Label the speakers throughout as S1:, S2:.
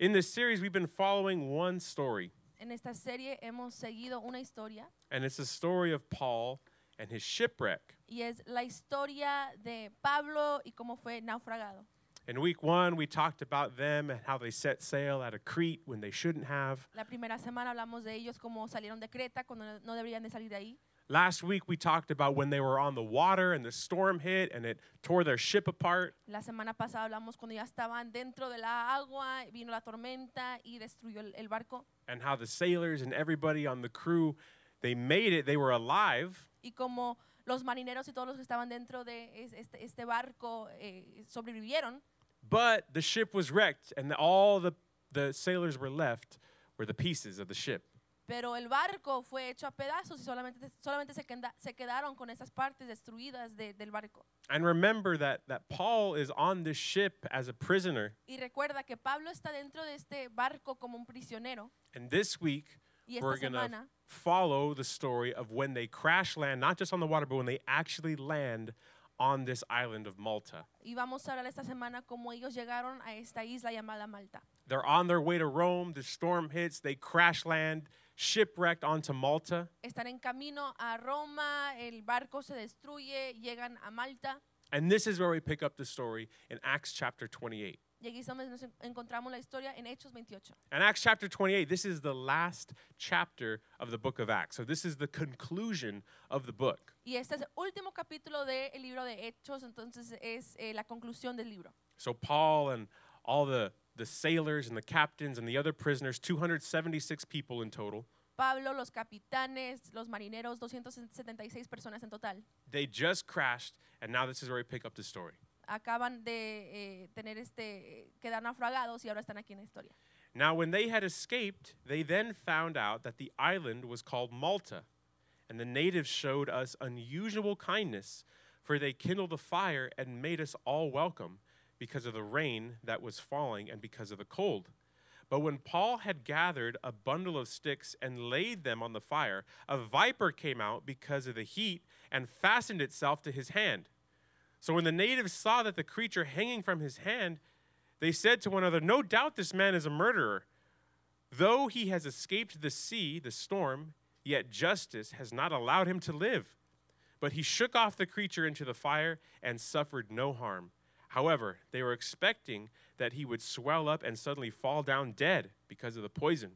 S1: In this series, we've been following one story,
S2: En esta serie hemos seguido una historia
S1: and it's the story of Paul and his shipwreck.
S2: y es la historia de Pablo y cómo fue naufragado.
S1: In week one, we talked about them and how they set sail out of Crete when they shouldn't have.
S2: La primera semana hablamos de ellos, cómo salieron de Creta cuando no- no deberían de salir de ahí.
S1: Last week, we talked about when they were on the water and the storm hit and it tore their ship apart.
S2: La semana pasada hablamos cuando ya estaban dentro de la agua, vino la tormenta y destruyó el, el barco.
S1: and how the sailors and everybody on the crew they made it they were alive
S2: Y como los marineros y todos los que estaban dentro de es- este, este barco eh, sobrevivieron,
S1: but the ship was wrecked and all the, the sailors were left were the pieces of the ship
S2: pero el barco fue hecho a pedazos y solamente, solamente se, queda- se quedaron con esas partes destruidas de- del barco.
S1: and remember that that paul is on this ship as a prisoner
S2: Y recuerda que Pablo está dentro de este barco como un prisionero.
S1: and this week
S2: Y esta
S1: we're gonna
S2: semana
S1: follow the story of when they crash land not just on the water but when they actually land on this island of malta
S2: y vamos a hablar esta semana cómo ellos llegaron a esta isla llamada Malta.
S1: they're on their way to rome the storm hits they crash land shipwrecked onto malta
S2: Están en camino a Roma, el barco se destruye, llegan a Malta
S1: And this is where we pick up the story in Acts chapter 28.
S2: y aquí es donde nos en- encontramos la historia en Hechos 28.
S1: And Acts chapter 28, this is the last chapter of the book of Acts. So this is the conclusion of the book.
S2: Y este es el último capítulo del libro de Hechos, entonces es eh, la conclusión del libro.
S1: So Paul and all the, the sailors and the captains and the other prisoners, 276 people in total,
S2: Pablo, los capitanes, los marineros, 276 personas en total,
S1: they just crashed. And now this is where we pick up the story.
S2: acaban de eh, tener este, eh, quedar naufragados y ahora están aquí en la historia.
S1: Now, when they had escaped, they then found out that the island was called Malta, and the natives showed us unusual kindness, for they kindled a fire and made us all welcome because of the rain that was falling and because of the cold. But when Paul had gathered a bundle of sticks and laid them on the fire, a viper came out because of the heat and fastened itself to his hand. So when the natives saw that the creature hanging from his hand, they said to one another, No doubt this man is a murderer. Though he has escaped the sea, the storm, yet justice has not allowed him to live. But he shook off the creature into the fire and suffered no harm. However, they were expecting that he would swell up and suddenly fall down dead because of the poison.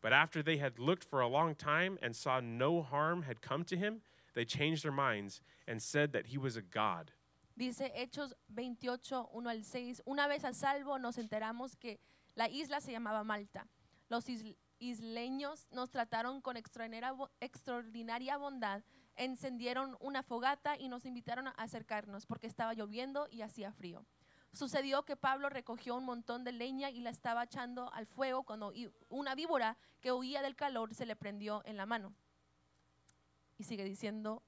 S1: But after they had looked for a long time and saw no harm had come to him, they changed their minds and said that he was a god.
S2: Dice Hechos 28, 1 al 6. Una vez a salvo nos enteramos que la isla se llamaba Malta. Los is- isleños nos trataron con extraordinaria, bo- extraordinaria bondad, encendieron una fogata y nos invitaron a acercarnos porque estaba lloviendo y hacía frío. Sucedió que Pablo recogió un montón de leña y la estaba echando al fuego cuando i- una víbora que huía del calor se le prendió en la mano. Y sigue diciendo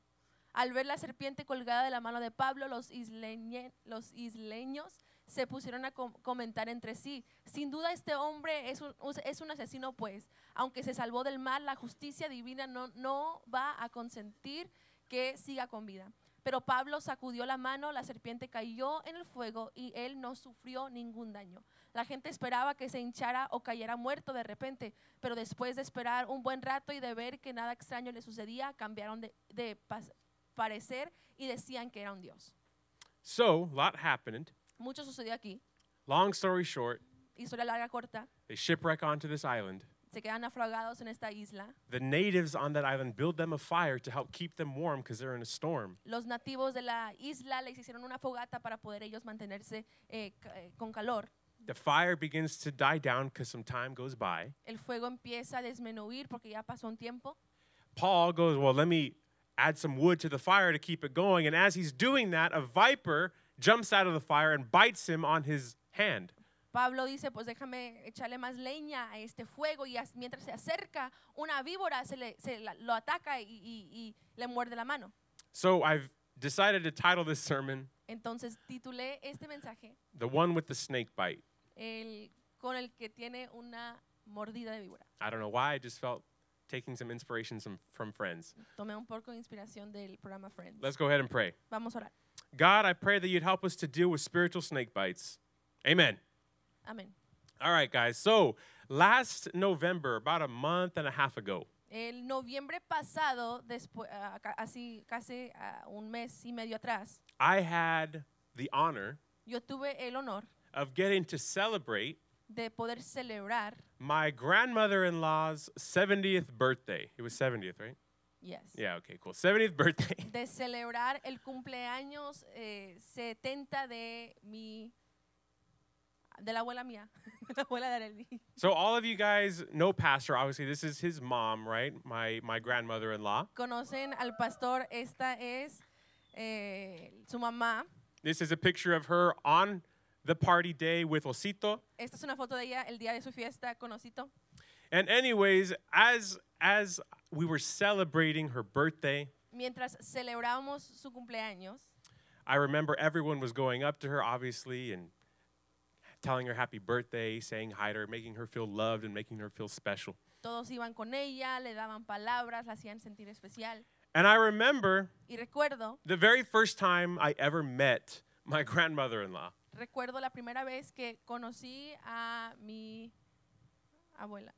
S2: al ver la serpiente colgada de la mano de Pablo, los, isleñe- los isleños se pusieron a com- comentar entre sí. Sin duda este hombre es un, un- es un asesino, pues, aunque se salvó del mal, la justicia divina no, no va a consentir que siga con vida. Pero Pablo sacudió la mano, la serpiente cayó en el fuego y él no sufrió ningún daño. La gente esperaba que se hinchara o cayera muerto de repente, pero después de esperar un buen rato y de ver que nada extraño le sucedía, cambiaron de, de pas- parecer y decían que era un dios.
S1: So, a lot happened.
S2: Mucho sucedió aquí.
S1: Long story short,
S2: Historia larga, corta.
S1: They shipwreck onto this island.
S2: Se quedan naufragados en esta isla.
S1: The natives on that island build them a fire to help keep them warm because they're in a storm.
S2: Los nativos de la isla les hicieron una fogata para poder ellos mantenerse eh, ca- eh, con calor.
S1: The fire begins to die down because some time goes by.
S2: El fuego empieza a disminuir porque ya pasó un tiempo.
S1: Paul goes, Well, let me add some wood to the fire to keep it going. And as he's doing that, a viper jumps out of the fire and bites him on his hand.
S2: Pablo dice, pues déjame echarle más leña a este fuego y as- mientras se acerca una víbora se, le, se la- lo ataca y, y- y le muerde la mano.
S1: So I've decided to title this sermon,
S2: Entonces titulé este mensaje
S1: The One with the Snake Bite.
S2: el, con el que tiene una mordida de víbora.
S1: I don't know why, I just felt taking some inspiration some, from friends.
S2: Tomé un poco de inspiración del programa Friends.
S1: Let's go ahead and pray.
S2: Vamos a orar.
S1: God, I pray that you'd help us to deal with spiritual snake bites. Amen.
S2: Amén.
S1: All right, guys. So last November, about a month and a half ago,
S2: El noviembre pasado, después, ah, ca- así casi ah, un mes y medio atrás,
S1: I had the honor
S2: yo tuve el honor
S1: of getting to celebrate
S2: de poder celebrar,
S1: my grandmother in law's 70th birthday. It was 70th, right?
S2: yes,
S1: Yeah, okay, cool. 70th birthday.
S2: de celebrar el cumpleaños eh, 70 de mi, de la abuela mía, de la abuela de Arely.
S1: So, all of you guys know Pastor. Obviously, this is his mom, right? My, my grandmother in law.
S2: Conocen al pastor, esta es eh, su mamá.
S1: This is a picture of her on the party day with Osito.
S2: Esta es una foto de ella el día de su fiesta con Osito.
S1: And anyways, as as we were celebrating her birthday,
S2: Mientras celebrábamos su cumpleaños,
S1: I remember everyone was going up to her obviously and telling her happy birthday, saying hi to her, making her feel loved and making her feel special.
S2: todos iban con ella, le daban palabras, la hacían sentir especial.
S1: And I remember
S2: Y recuerdo,
S1: the very first time I ever met my grandmother-in-law.
S2: recuerdo la primera vez que conocí a mi abuela.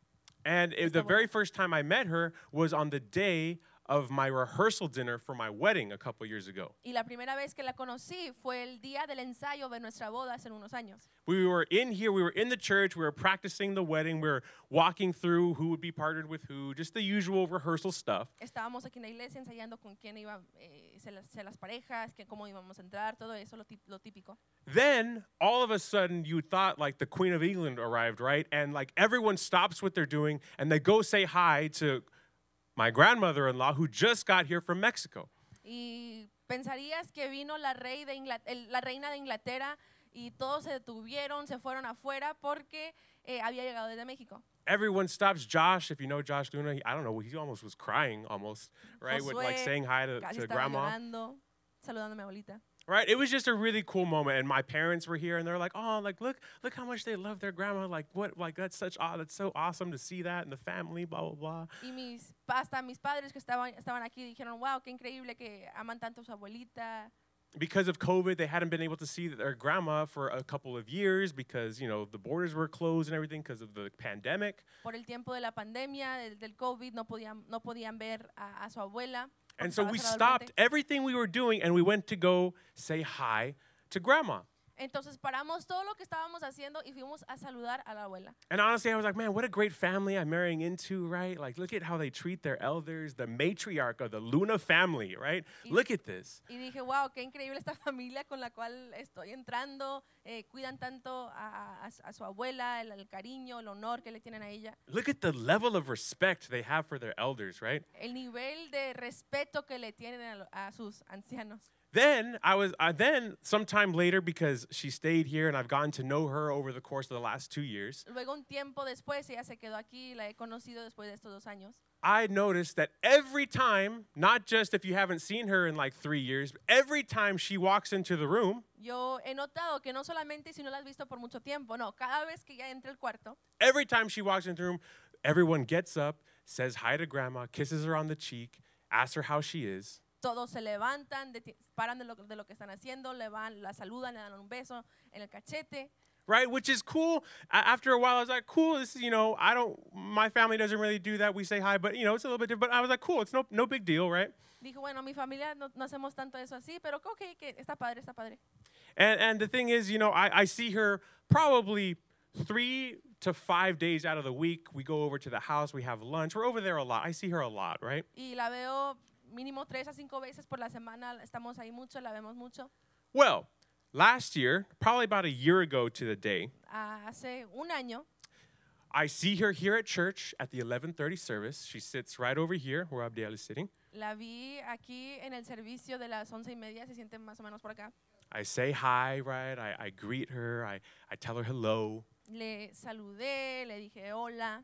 S1: And it, the
S2: Esta
S1: very first time I met her was on the day of my rehearsal dinner for my wedding a couple years ago.
S2: Y la primera vez que la conocí fue el día del ensayo de nuestra boda hace unos años.
S1: We were in here, we were in the church, we were practicing the wedding, we were walking through who would be partnered with who, just the usual rehearsal stuff.
S2: Estábamos aquí en la iglesia ensayando con quién iban eh, ser las, ser las parejas, que, cómo íbamos a entrar, todo eso, lo, tip- lo típico.
S1: Then all of a sudden you thought like the Queen of England arrived, right? And like everyone stops what they're doing and they go say hi to my grandmother-in-law who just got here from Mexico.
S2: Y pensarías que vino la, rey de Ingla- el- la reina de Inglaterra y todos se detuvieron, se fueron afuera porque eh, había llegado desde México.
S1: Everyone stops Josh, if you know Josh Luna, he, I don't know, he almost was crying almost, right? With like
S2: Josué
S1: saying hi to,
S2: Casi
S1: to
S2: estaba
S1: Eh, grandma.
S2: llorando, saludando a mi abuelita.
S1: Right? It was just a really cool moment. And my parents were here and they're like, oh, like look, look how much they love their grandma. Like what like that's such aw that's so awesome to see that and the family, blah, blah, blah.
S2: Y mis, hasta mis padres que estaban, estaban aquí dijeron, wow, qué increíble que aman tanto a su abuelita.
S1: Because of COVID, they hadn't been able to see their grandma for a couple of years because, you know, the borders were closed and everything because of the pandemic.
S2: Por el tiempo de la pandemia, del, del COVID, no podían, no podían ver a, a su abuela. porque
S1: And so
S2: estaba
S1: we
S2: cerrado el frente.
S1: stopped everything we were doing and we went to go say hi to grandma.
S2: Entonces paramos todo lo que estábamos haciendo y fuimos a saludar a la abuela.
S1: And honestly, I was like, man, what a great family I'm marrying into, right? Like, look at how they treat their elders, the matriarch of the Luna family, right? Look at this.
S2: Y dije, wow, qué increíble esta familia con la cual estoy entrando. eh, cuidan tanto a, a- a su- a su abuela, el, el cariño, el honor que le tienen a ella.
S1: Look at the level of respect they have for their elders, right?
S2: El nivel de respeto que le tienen a, lo- a sus ancianos.
S1: Then I was I then sometime later because she stayed here and I've gotten to know her over the course of the last 2 years.
S2: Luego, un tiempo después, ella se quedó aquí, la he conocido después de estos dos años.
S1: I noticed that every time, not just if you haven't seen her in like 3 years, but every time she walks into the room,
S2: Yo he notado que no solamente si no la has visto por mucho tiempo, no, cada vez que ella entra al cuarto,
S1: every time she walks into the room, everyone gets up, says hi to grandma, kisses her on the cheek, asks her how she is.
S2: todos se levantan, deti- paran de lo, de lo que están haciendo, le van, la saludan, le dan un beso en el cachete.
S1: right? Which is cool. A- After a while, I was like, cool. This is, you know, I don't. My family doesn't really do that. We say hi, but you know, it's a little bit different. But I was like, cool. It's no no big deal, right?
S2: Dijo, bueno, mi familia no, no hacemos tanto eso así, pero que ok, que está padre, está padre.
S1: And and the thing is, you know, I I see her probably three to five days out of the week. We go over to the house. We have lunch. We're over there a lot. I see her a lot, right?
S2: Y la veo mínimo tres a cinco veces por la semana, estamos ahí mucho, la vemos mucho.
S1: Well, last year, probably about a year ago to the day.
S2: Ah, hace un año
S1: I see her here at church at the 11:30 service. She sits right over here where Abdiel is sitting.
S2: la vi aquí en el servicio de las once y media, se siente más o menos por acá.
S1: I say hi, right? I, I greet her. I, I tell her hello.
S2: Le saludé, le dije hola.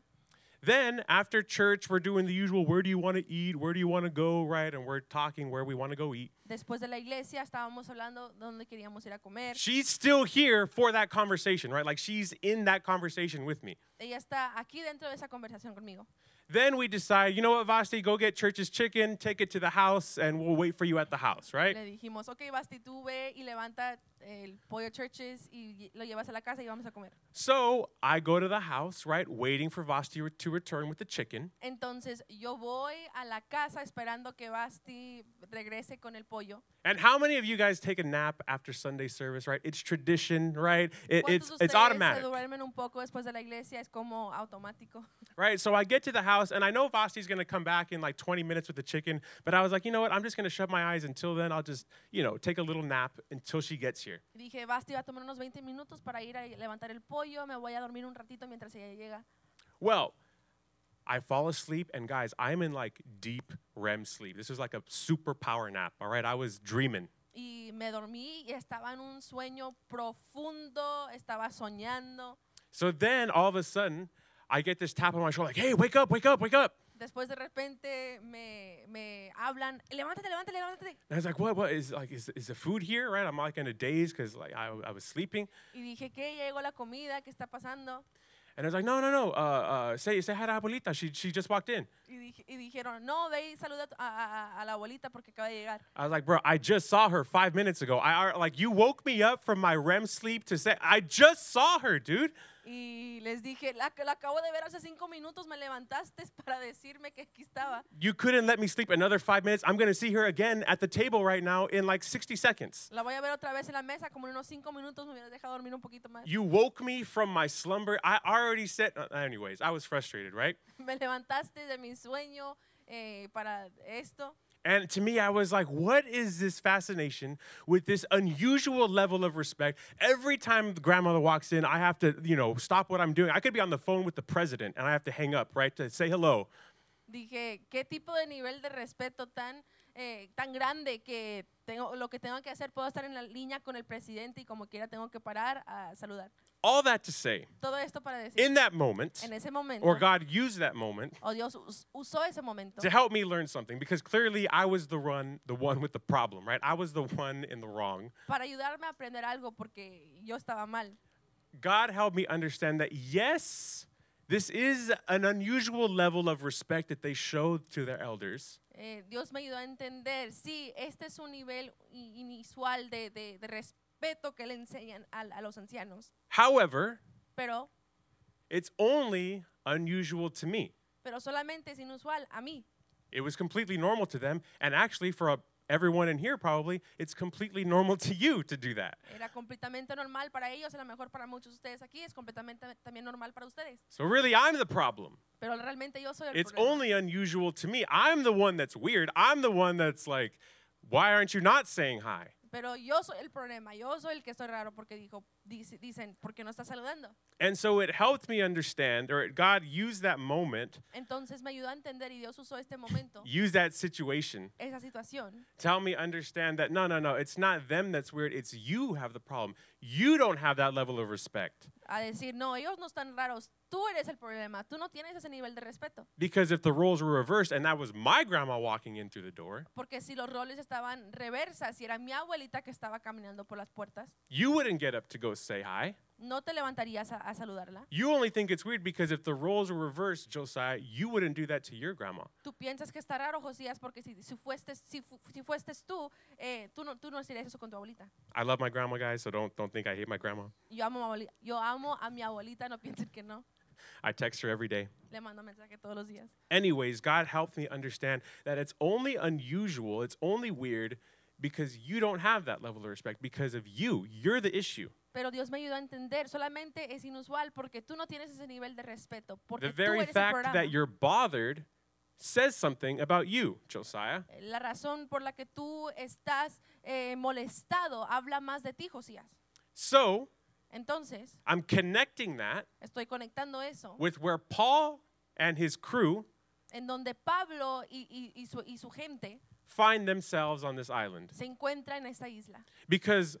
S1: Then after church, we're doing the usual where do you want to eat? Where do you want to go? Right? And we're talking where we want to go eat.
S2: después de la iglesia estábamos hablando de dónde queríamos ir a comer.
S1: She's still here for that conversation, right? Like she's in that conversation with me.
S2: Ella está aquí dentro de esa conversación conmigo.
S1: Then we decide, you know what, Vasti, go get church's chicken, take it to the house, and we'll wait for you at the house, right?
S2: Le dijimos, ok, Basti, tú ve y levanta el pollo churches y lle- lo llevas a la casa y vamos a comer.
S1: So I go to the house, right, waiting for Vasti to return with the chicken.
S2: Entonces yo voy a la casa esperando que Basti regrese con el pollo.
S1: And how many of you guys take a nap after Sunday service, right? It's tradition, right? It,
S2: ¿Cuántos
S1: it's
S2: de ustedes
S1: it's
S2: se
S1: automatic,
S2: duermen un poco después de la iglesia? Es como automático.
S1: right? So I get to the house, and I know Vasti's gonna come back in like 20 minutes with the chicken, but I was like, you know what? I'm just gonna shut my eyes until then. I'll just, you know, take a little nap until she gets here.
S2: Y Dije, Basti va a tomar unos 20 minutos para ir a levantar el pollo, me voy a dormir un ratito mientras ella llega.
S1: Well, I fall asleep, and guys, I'm in like deep REM sleep. This was like a super power nap, all right? I was dreaming.
S2: Y me dormí y estaba en un sueño profundo, estaba soñando.
S1: So then all of a sudden, I get this tap on my shoulder, like, hey, wake up, wake up, wake up.
S2: Después de repente me, me hablan, levántate, levántate, levántate.
S1: And I was like, what, what is like, is, is the food here, right? I'm like in a daze because like I, I was sleeping.
S2: Y dije, ¿qué? Ya llegó la comida, ¿qué está pasando?
S1: And I was like, no, no, no, uh, uh, say, say hi to Abuelita. She, she just walked in.
S2: Y, dije- y dijeron, no, ve y saluda a tu- a, a- a la abuelita porque acaba de llegar.
S1: I was like, bro, I just saw her five minutes ago. I are like, you woke me up from my REM sleep to say, I just saw her, dude.
S2: Y les dije, la, la acabo de ver hace cinco minutos, me levantaste para decirme que aquí estaba.
S1: You couldn't let me sleep another five minutes. I'm gonna see her again at the table right now in like 60 seconds.
S2: La voy a ver otra vez en la mesa, como en unos cinco minutos me hubieras dejado dormir un poquito más.
S1: You woke me from my slumber. I already said, uh, anyways, I was frustrated, right?
S2: Me levantaste de mi sueño eh, para esto.
S1: And to me, I was like, what is this fascination with this unusual level of respect? Every time the grandmother walks in, I have to, you know, stop what I'm doing. I could be on the phone with the president and I have to hang up, right, to say hello.
S2: Dije, ¿qué tipo de nivel de respeto tan, eh, tan grande que tengo, lo que tengo que hacer, puedo estar en la línea con el presidente y como quiera tengo que parar a saludar?
S1: All that to say,
S2: Todo esto para decir,
S1: in that moment,
S2: en ese momento,
S1: or God used that moment
S2: o Dios us- usó ese momento
S1: to help me learn something because clearly I was the one, the one with the problem, right? I was the one in the wrong.
S2: para ayudarme a aprender algo porque yo estaba mal.
S1: God helped me understand that yes, this is an unusual level of respect that they showed to their elders.
S2: Eh, Dios me ayudó a entender, sí, este es un nivel i- inusual de, de- de respeto que le enseñan a, a los ancianos,
S1: However,
S2: pero,
S1: it's only unusual to me.
S2: pero solamente es inusual a mí.
S1: It was completely normal to them, and actually, for uh everyone in here, probably, it's completely normal to you to do that.
S2: Era completamente normal para ellos, a lo mejor para muchos de ustedes aquí es completamente también normal para ustedes,
S1: So, really, I'm the problem.
S2: pero realmente yo soy el
S1: It's
S2: problema.
S1: only unusual to me. I'm the one that's weird. I'm the one that's like, why aren't you not saying hi?
S2: Pero yo soy el problema, yo soy el que estoy raro porque dijo, dice- dicen, porque no está saludando.
S1: And so, it helped me understand, or it- God used that moment,
S2: Entonces me ayudó a entender y Dios usó este momento,
S1: used that situation
S2: esa situación,
S1: to help me understand that no, no, no, it's not them that's weird. It's you have the problem. You don't have that level of respect.
S2: a decir, no, ellos no están raros, tú eres el problema, tú no tienes ese nivel de respeto.
S1: Because if the roles were reversed and that was my grandma walking in through the door,
S2: Porque si los roles estaban reversas, si era mi abuelita que estaba caminando por las puertas,
S1: you wouldn't get up to go say hi.
S2: no te levantarías a, a saludarla.
S1: You only think it's weird because if the roles were reversed, Josiah, you wouldn't do that to your grandma.
S2: Tú piensas que está raro, Josías, porque si, si, fuestes, si, fu- si fuestes tú, eh, tú, no, tú no harías eso con tu abuelita.
S1: I love my grandma, guys, so don't don't think I hate my grandma.
S2: Yo amo, a mi abueli- yo amo a mi abuelita, no piensen que no.
S1: I text her every day.
S2: Le mando mensaje todos los días.
S1: Anyways, God helped me understand that it's only unusual, it's only weird because you don't have that level of respect because of you. You're the issue.
S2: Pero Dios me ayudó a entender, solamente es inusual porque tú no tienes ese nivel de respeto. Porque
S1: the
S2: tú
S1: very
S2: eres el
S1: fact
S2: programa.
S1: that you're bothered says something about you, Josiah.
S2: La razón por la que tú estás eh, molestado habla más de ti, Josías.
S1: So,
S2: Entonces,
S1: I'm connecting that
S2: estoy conectando eso.
S1: with where Paul and his crew
S2: en donde Pablo y, y- y su, y su gente
S1: find themselves on this island.
S2: se encuentra en esta isla.
S1: Because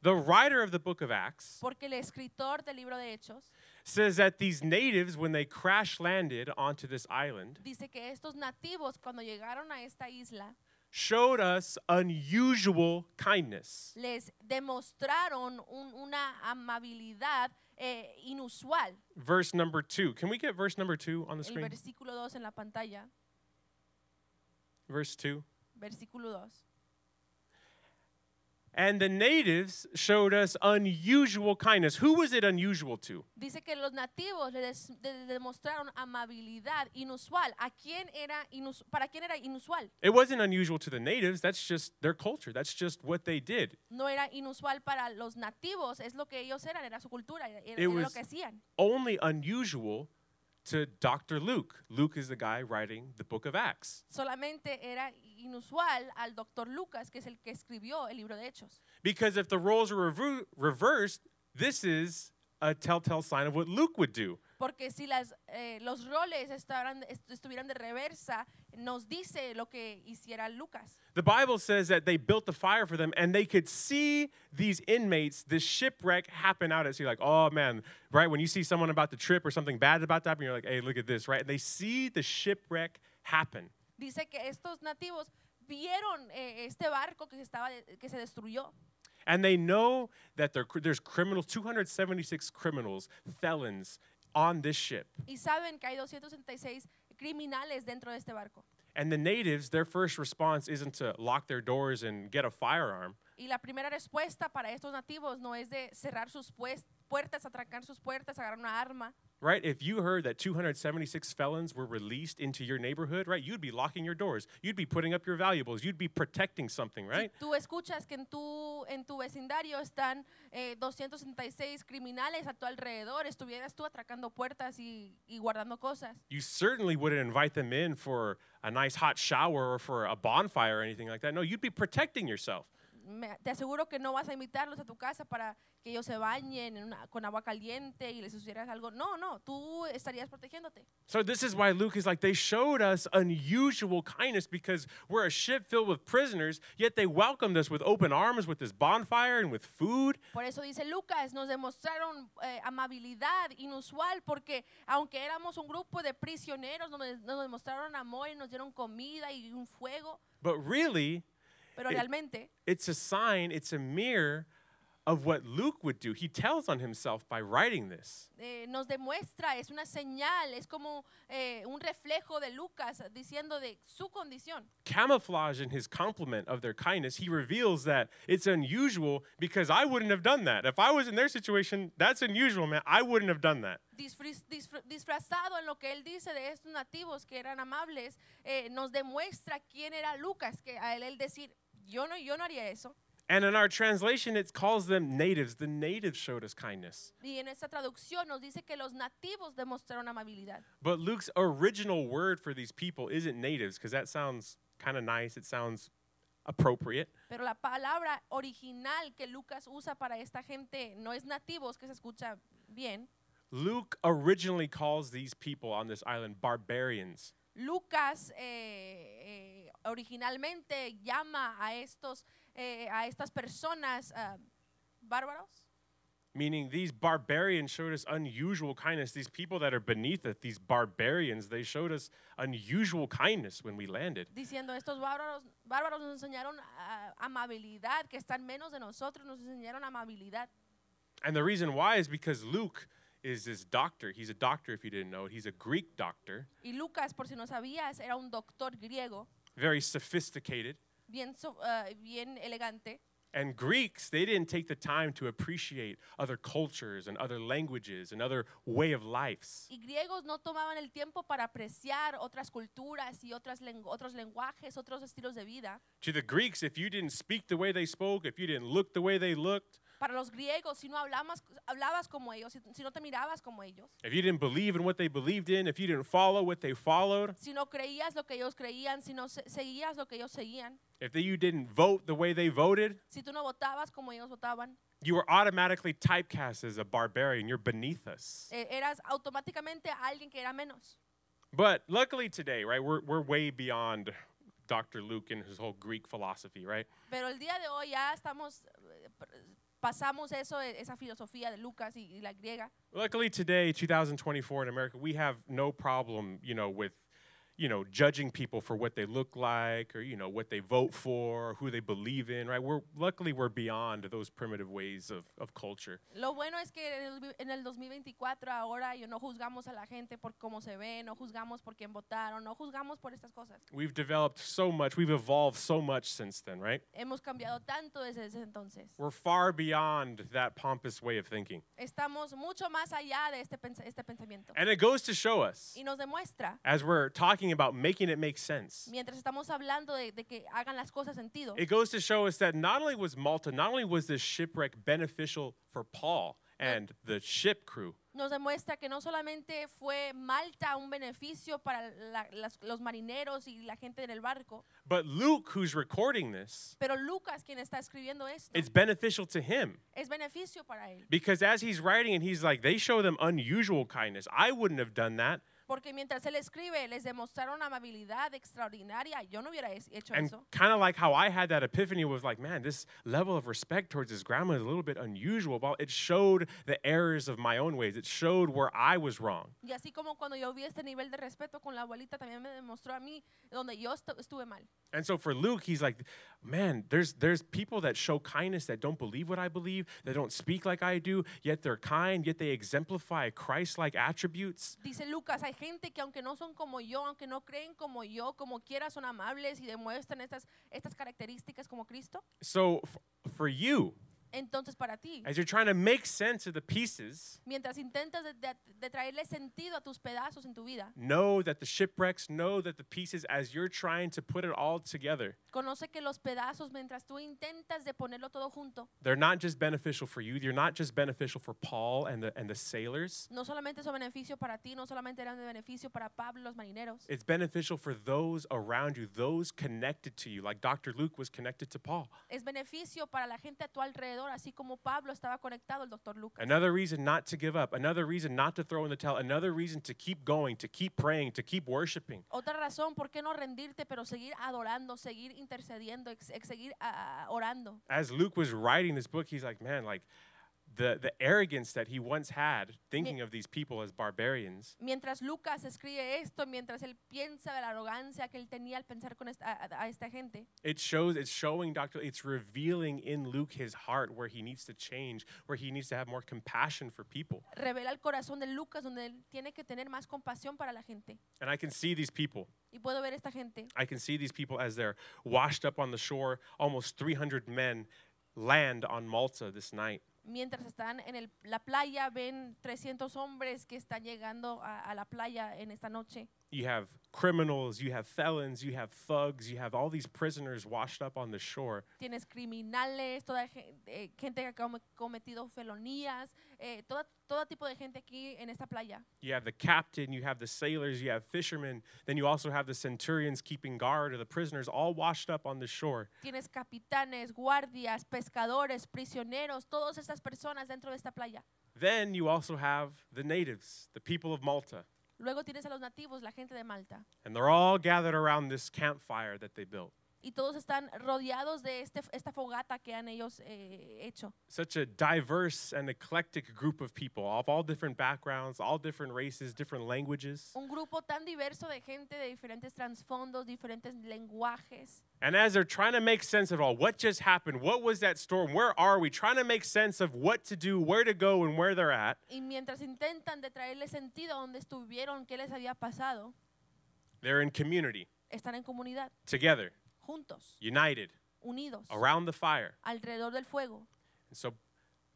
S1: the writer of the book of Acts
S2: Porque el escritor del libro de Hechos
S1: says that these natives, when they crash landed onto this island,
S2: dice que estos nativos cuando llegaron a esta isla
S1: showed us unusual kindness.
S2: les demostraron un- una amabilidad eh, inusual.
S1: Verse number two. Can we get verse number two on the
S2: El
S1: screen?
S2: versículo 2 en la pantalla,
S1: Verse two.
S2: versículo 2.
S1: And the natives showed us unusual kindness. Who was it unusual to?
S2: Dice que los nativos le, des- le demostraron amabilidad inusual. ¿A quién era inus- ¿Para quién era inusual?
S1: It wasn't unusual to the natives. That's just their culture. That's just what they did.
S2: No era inusual para los nativos, es lo que ellos eran, era su cultura, era, era
S1: It
S2: lo
S1: was-
S2: que hacían.
S1: Only unusual to Dr. Luke. Luke is the guy writing the book of Acts.
S2: Solamente era inusual al doctor Lucas, que es el que escribió el libro de Hechos.
S1: Because if the roles were revu- reversed, this is a telltale sign of what Luke would do.
S2: Porque si las, eh, los roles estaban- est- estuvieran de reversa, nos dice lo que hiciera Lucas.
S1: The Bible says that they built the fire for them and they could see these inmates, this shipwreck happen out at sea. Like, oh man, right? When you see someone about to trip or something bad about to happen, you're like, hey, look at this, right? And they see the shipwreck happen.
S2: Dice que estos nativos vieron eh, este barco que, se estaba de- que se destruyó
S1: And they know that there, there's criminals, 276 criminals, felons on this ship.
S2: y saben que hay 266 criminales dentro de este barco.
S1: And the natives, their first response isn't to lock their doors and get a firearm.
S2: Y la primera respuesta para estos nativos no es de cerrar sus pues- puertas, atracar sus puertas, agarrar una arma.
S1: Right? If you heard that 276 felons were released into your neighborhood, right, you'd be locking your doors. You'd be putting up your valuables. You'd be protecting something, right?
S2: Si tú escuchas que en tu, en tu vecindario están eh, 266 criminales a tu alrededor, estuvieras tú atracando puertas y, y guardando cosas.
S1: You certainly wouldn't invite them in for a nice hot shower or for a bonfire or anything like that. No, you'd be protecting yourself.
S2: Me- te aseguro que no vas a invitarlos a tu casa para que ellos se bañen en una- con agua caliente y les hicieras algo. No, no, tú estarías protegiéndote.
S1: So this is why Luke is like they showed us unusual kindness because we're a ship filled with prisoners, yet they welcomed us with open arms with this bonfire and with food.
S2: Por eso dice Lucas, nos demostraron eh, amabilidad inusual porque aunque éramos un grupo de prisioneros, nos, nos demostraron amor y nos dieron comida y un fuego,
S1: But really,
S2: pero
S1: Eh,
S2: realmente
S1: it's a sign, it's a mirror of what Luke would do. He tells on himself by writing this.
S2: eh, nos demuestra, es una señal, es como eh, un reflejo de Lucas diciendo de su condición.
S1: Camouflage in his compliment of their kindness, he reveals that it's unusual because I wouldn't have done that. If I was in their situation, that's unusual, man. I wouldn't have done that.
S2: Disfriz- disfr- disfrazado en lo que él dice de estos nativos que eran amables, eh, nos demuestra quién era Lucas, que a él, él decir, yo no, yo no haría eso.
S1: And in our translation, it calls them natives. The natives showed us kindness.
S2: Y en esta traducción nos dice que los nativos demostraron amabilidad.
S1: But Luke's original word for these people isn't natives because that sounds kind of nice. It sounds appropriate.
S2: Pero la palabra original que Lucas usa para esta gente no es nativos, que se escucha bien.
S1: Luke originally calls these people on this island barbarians.
S2: Lucas eh, eh, originalmente llama a, estos, eh, a estas personas ah, bárbaros.
S1: meaning these barbarians showed us unusual kindness. These people that are beneath us, these barbarians, they showed us unusual kindness when we landed.
S2: diciendo estos bárbaros, bárbaros nos enseñaron ah, amabilidad, que están menos de nosotros, nos enseñaron amabilidad.
S1: And the reason why is because Luke is this doctor. He's a doctor, if you didn't know it. He's a Greek doctor,
S2: Y Lucas, por si no sabías, era un doctor griego,
S1: very sophisticated.
S2: bien, so- ah, bien elegante.
S1: And Greeks, they didn't take the time to appreciate other cultures and other languages and other way of lives.
S2: Y griegos no tomaban el tiempo para apreciar otras culturas y otras lengu- otros lenguajes, otros estilos de vida.
S1: To the Greeks, if you didn't speak the way they spoke, if you didn't look the way they looked,
S2: Para los griegos, si no hablabas, hablabas como ellos, si- si no te mirabas como ellos,
S1: if you didn't believe in what they believed in, if you didn't follow what they followed,
S2: si no creías lo que ellos creían, si no se- seguías lo que ellos seguían,
S1: If they, you didn't vote the way they voted,
S2: si tú no votabas como ellos votaban,
S1: you were automatically typecast as a barbarian. You're beneath us.
S2: eh, eras automáticamente alguien que era menos.
S1: But luckily today, right, we're, we're way beyond Dr. Luke and his whole Greek philosophy, right?
S2: Pero el día de hoy ya estamos, eh, pr- pasamos eso, eh, esa filosofía de Lucas y, y la griega.
S1: Luckily today, 2024 in America, we have no problem, you know, with you know, judging people for what they look like or, you know, what they vote for or who they believe in, right? We're luckily we're beyond those primitive ways of, of culture.
S2: Lo bueno es que en el, vi- en el 2024 ahora yo no juzgamos a la gente por cómo se ve, no juzgamos por quién votaron, no juzgamos por estas cosas.
S1: We've developed so much, we've evolved so much since then, right?
S2: Hemos cambiado tanto desde ese entonces.
S1: We're far beyond that pompous way of thinking.
S2: Estamos mucho más allá de este, pens- este pensamiento.
S1: And it goes to show us
S2: Y nos demuestra,
S1: as we're talking about making it make sense.
S2: mientras estamos hablando de, de que hagan las cosas sentido,
S1: It goes to show us that not only was Malta, not only was this shipwreck beneficial for Paul and the ship crew,
S2: nos demuestra que no solamente fue Malta un beneficio para la- las- los marineros y la gente en el barco,
S1: but Luke, who's recording this,
S2: pero Lucas, quien está escribiendo esto,
S1: it's beneficial to him.
S2: es beneficio para él.
S1: Because as he's writing and he's like, they show them unusual kindness. I wouldn't have done that.
S2: Porque mientras él escribe, les demostraron amabilidad extraordinaria. Yo no hubiera es- hecho
S1: And
S2: eso.
S1: kind of like how I had that epiphany was like, man, this level of respect towards his grandma is a little bit unusual. But it showed the errors of my own ways. It showed where I was wrong.
S2: Y así como cuando yo vi este nivel de respeto con la abuelita, también me demostró a mí donde yo estu- estuve mal.
S1: And so for Luke, he's like, man, there's there's people that show kindness that don't believe what I believe, that don't speak like I do, yet they're kind, yet they exemplify Christ-like attributes.
S2: Dice Lucas, hay gente que aunque no son como yo, aunque no creen como yo, como quiera, son amables y demuestran estas, estas características como Cristo.
S1: So f- for you,
S2: Entonces para ti,
S1: as you're trying to make sense of the pieces,
S2: mientras intentas de, de- de traerle sentido a tus pedazos en tu vida,
S1: know that the shipwrecks, know that the pieces as you're trying to put it all together,
S2: conoce que los pedazos, mientras tú intentas de ponerlo todo junto,
S1: they're not just beneficial for you, they're not just beneficial for Paul and the and the sailors.
S2: no solamente son beneficio para ti, no solamente eran de beneficio para Pablo, los marineros,
S1: It's beneficial for those around you, those connected to you, like Dr. Luke was connected to Paul.
S2: es beneficio para la gente a tu alrededor, así como Pablo estaba conectado al doctor Lucas.
S1: Another reason not to give up. Another reason not to throw in the towel. Another reason to keep going, to keep praying, to keep worshiping.
S2: Otra razón, ¿por qué no rendirte, pero seguir adorando, seguir intercediendo, ex- ex- seguir ah, orando?
S1: As Luke was writing this book, he's like, man, like the, the arrogance that he once had, thinking of these people as barbarians,
S2: Mientras Lucas escribe esto, mientras él piensa de la arrogancia que él tenía al pensar con esta, a- a, a esta gente,
S1: it shows, it's showing Dr. It's revealing in Luke his heart where he needs to change, where he needs to have more compassion for people.
S2: revela el corazón de Lucas donde él tiene que tener más compasión para la gente.
S1: And I can see these people.
S2: Y puedo ver esta gente
S1: I can see these people as they're washed up on the shore. Almost 300 men land on Malta this night.
S2: mientras están en el- la playa, ven 300 hombres que están llegando a- a la playa en esta noche.
S1: you have criminals, you have felons, you have thugs, you have all these prisoners washed up on the shore.
S2: tienes criminales, toda gen- eh, gente que ha come- cometido felonías, eh, toda- todo tipo de gente aquí en esta playa.
S1: You have the captain, you have the sailors, you have fishermen, then you also have the centurions keeping guard or the prisoners all washed up on the shore.
S2: Tienes capitanes, guardias, pescadores, prisioneros, todas estas personas dentro de esta playa.
S1: Then you also have the natives, the people of Malta,
S2: Luego tienes a los nativos, la gente de Malta.
S1: and they're all gathered around this campfire that they built.
S2: Y todos están rodeados de este, esta fogata que han ellos eh, hecho.
S1: Such a diverse and eclectic group of people of all different backgrounds, all different races, different languages.
S2: Un grupo tan diverso de gente de diferentes trasfondos, diferentes lenguajes.
S1: And as they're trying to make sense of all, what just happened? What was that storm? Where are we? Trying to make sense of what to do, where to go, and where they're at.
S2: Y mientras intentan de traerle sentido a donde estuvieron, qué les había pasado,
S1: They're in community,
S2: están en comunidad,
S1: together,
S2: juntos.
S1: united,
S2: unidos
S1: around the fire.
S2: alrededor del fuego.
S1: And so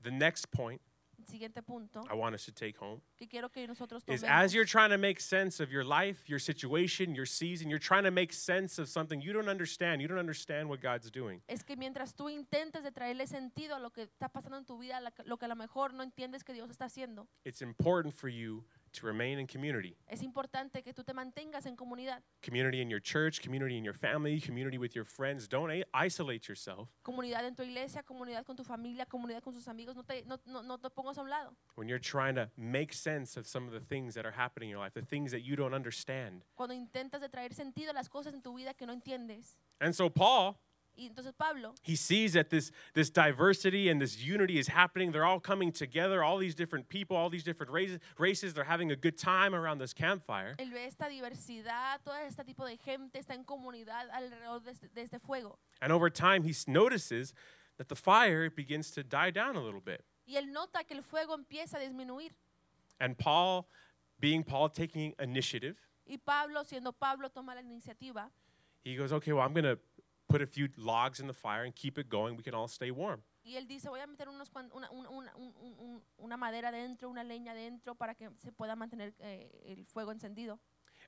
S1: the next point
S2: El siguiente punto
S1: I want us to take home
S2: que quiero que nosotros
S1: is as you're
S2: tomemos
S1: trying to make sense of your life, your situation, your season, you're trying to make sense of something you don't understand. You don't understand what God's doing.
S2: es que mientras tú intentes de traerle sentido a lo que está pasando en tu vida, la que- lo que a lo mejor no entiendes que Dios está haciendo,
S1: It's important for you to remain in community.
S2: es importante que tú te mantengas en comunidad,
S1: Community in your church, community in your family, community with your friends. Don't a- isolate yourself.
S2: comunidad en tu iglesia, comunidad con tu familia, comunidad con tus amigos, no te, no, no- no te pongas a un lado.
S1: when you're trying to make sense of some of the things that are happening in your life, the things that you don't understand.
S2: Cuando intentas de traer sentido a las cosas en tu vida que no entiendes.
S1: And so Paul,
S2: Y entonces Pablo
S1: He sees that this, this diversity and this unity is happening. They're all coming together, all these different people, all these different races, races. They're having a good time around this campfire.
S2: Él ve esta diversidad, todo este tipo de gente está en comunidad alrededor de este, de este fuego.
S1: And over time, he s- notices that the fire begins to die down a little bit.
S2: Y él nota que el fuego empieza a disminuir.
S1: And Paul, being Paul, taking initiative,
S2: Y Pablo, siendo Pablo, toma la iniciativa
S1: he goes, okay, well, I'm going to put a few logs in the fire and keep it going. We can all stay warm.
S2: y él dice, voy a meter unos cuan- una, un- una- un- un- un- una madera dentro, una leña dentro para que se pueda mantener eh, el fuego encendido.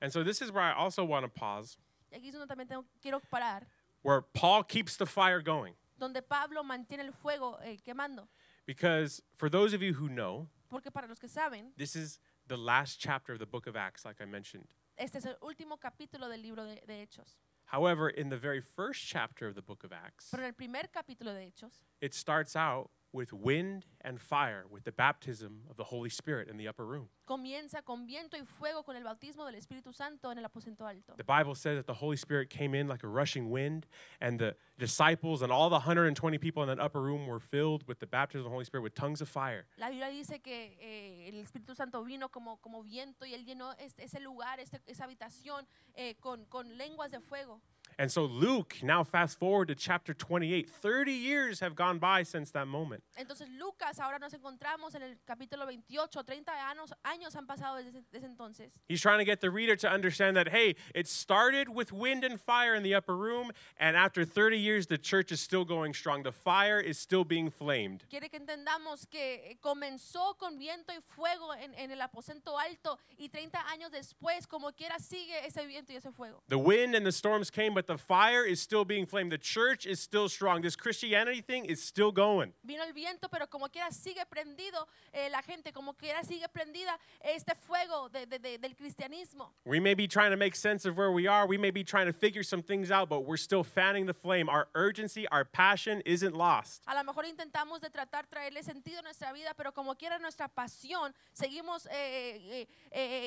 S1: And so this is where I also want to pause,
S2: Y aquí es donde también tengo- quiero parar,
S1: where Paul keeps the fire going.
S2: donde Pablo mantiene el fuego eh, quemando.
S1: Because for those of you who know,
S2: Porque para los que saben,
S1: this is the last chapter of the book of Acts, like I mentioned.
S2: este es el último capítulo del libro de- de Hechos.
S1: However, in the very first chapter of the book of Acts,
S2: Pero en el primer capítulo de Hechos,
S1: it starts out with wind and fire, with the baptism of the Holy Spirit in the upper room.
S2: comienza con viento y fuego con el bautismo del Espíritu Santo en el aposento alto.
S1: The Bible says that the Holy Spirit came in like a rushing wind, and the disciples and all the 120 people in that upper room were filled with the baptism of the Holy Spirit with tongues of fire.
S2: La Biblia dice que eh, el Espíritu Santo vino como, como viento y él llenó este- ese lugar, este- esa habitación eh, con, con lenguas de fuego.
S1: And so Luke, now fast forward to chapter 28, 30 years have gone by since that moment.
S2: Entonces Lucas, ahora nos encontramos en el capítulo 28, 30 años, años han pasado desde, ese- desde entonces.
S1: He's trying to get the reader to understand that, hey, it started with wind and fire in the upper room, and after 30 years, the church is still going strong. The fire is still being flamed.
S2: Quiere que entendamos que eh, comenzó con viento y fuego en, en el aposento alto y 30 años después, como quiera, sigue ese viento y ese fuego.
S1: The wind and the storms came, but the fire is still being flamed. The church is still strong. This Christianity thing is still going.
S2: Vino el viento, pero como quiera sigue prendido eh, la gente, como quiera sigue prendida este fuego de- de- de- del cristianismo.
S1: We may be trying to make sense of where we are. We may be trying to figure some things out, but we're still fanning the flame. Our urgency, our passion isn't lost.
S2: A lo mejor intentamos de tratar traerle sentido a nuestra vida, pero como quiera nuestra pasión, seguimos eh, eh, eh,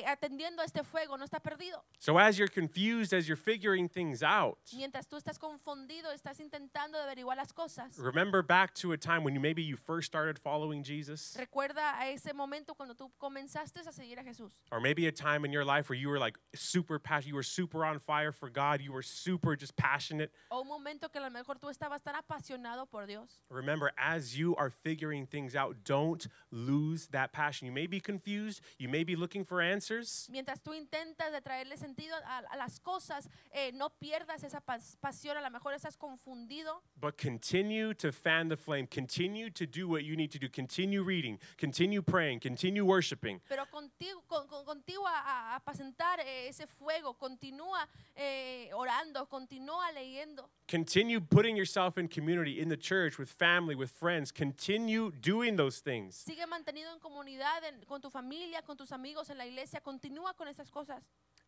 S2: eh, atendiendo a este fuego, no está perdido.
S1: So, as you're confused, as you're figuring things out,
S2: Mientras tú estás confundido, estás intentando de averiguar las cosas.
S1: remember back to a time when you maybe you first started following Jesus.
S2: Recuerda a ese momento cuando tú comenzaste a seguir a Jesús.
S1: or maybe a time in your life where you were like super passionate, you were super on fire for God, you were super just passionate.
S2: O un momento que a lo mejor tú estabas tan apasionado por Dios.
S1: Remember, as you are figuring things out, don't lose that passion. You may be confused, you may be looking for answers,
S2: Mientras tú intentas de traerle sentido a, a las cosas, eh, no pierdas esa pas- pasión, a lo mejor estás confundido,
S1: but continue to fan the flame, continue to do what you need to do, continue reading, continue praying, continue worshiping.
S2: pero contigo, con, con- contigo a, a- a apacentar eh, ese fuego, continúa eh, orando, continúa leyendo,
S1: Continue putting yourself in community, in the church, with family, with friends. Continue doing those things.
S2: sigue mantenido en comunidad, en- con tu familia, con tus amigos, en la iglesia, continúa con esas cosas.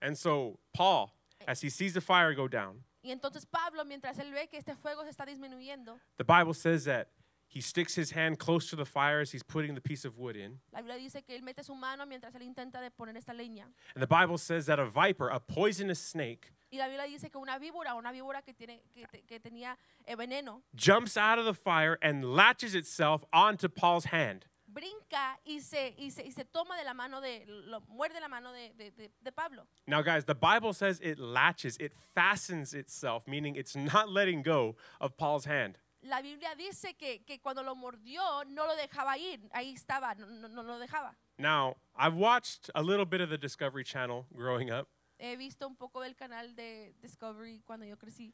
S1: And so, Paul, as he sees the fire go down,
S2: Y entonces Pablo, mientras él ve que este fuego se está disminuyendo,
S1: The Bible says that he sticks his hand close to the fire as he's putting the piece of wood in.
S2: la Biblia dice que él mete su mano mientras él intenta de poner esta leña.
S1: And the Bible says that a viper, a poisonous snake,
S2: Y la Biblia dice que una víbora, una víbora que, tiene, que, te- que tenía eh, veneno,
S1: jumps out of the fire and latches itself onto Paul's hand.
S2: brinca y se, y se, y se toma de la mano de, lo, muerde la mano de, de- de- de Pablo.
S1: Now, guys, the Bible says it latches, it fastens itself, meaning it's not letting go of Paul's hand.
S2: La Biblia dice que, que cuando lo mordió no lo dejaba ir, ahí estaba, no, no, no lo dejaba.
S1: Now, I've watched a little bit of the Discovery Channel growing up.
S2: He visto un poco del canal de Discovery cuando yo crecí.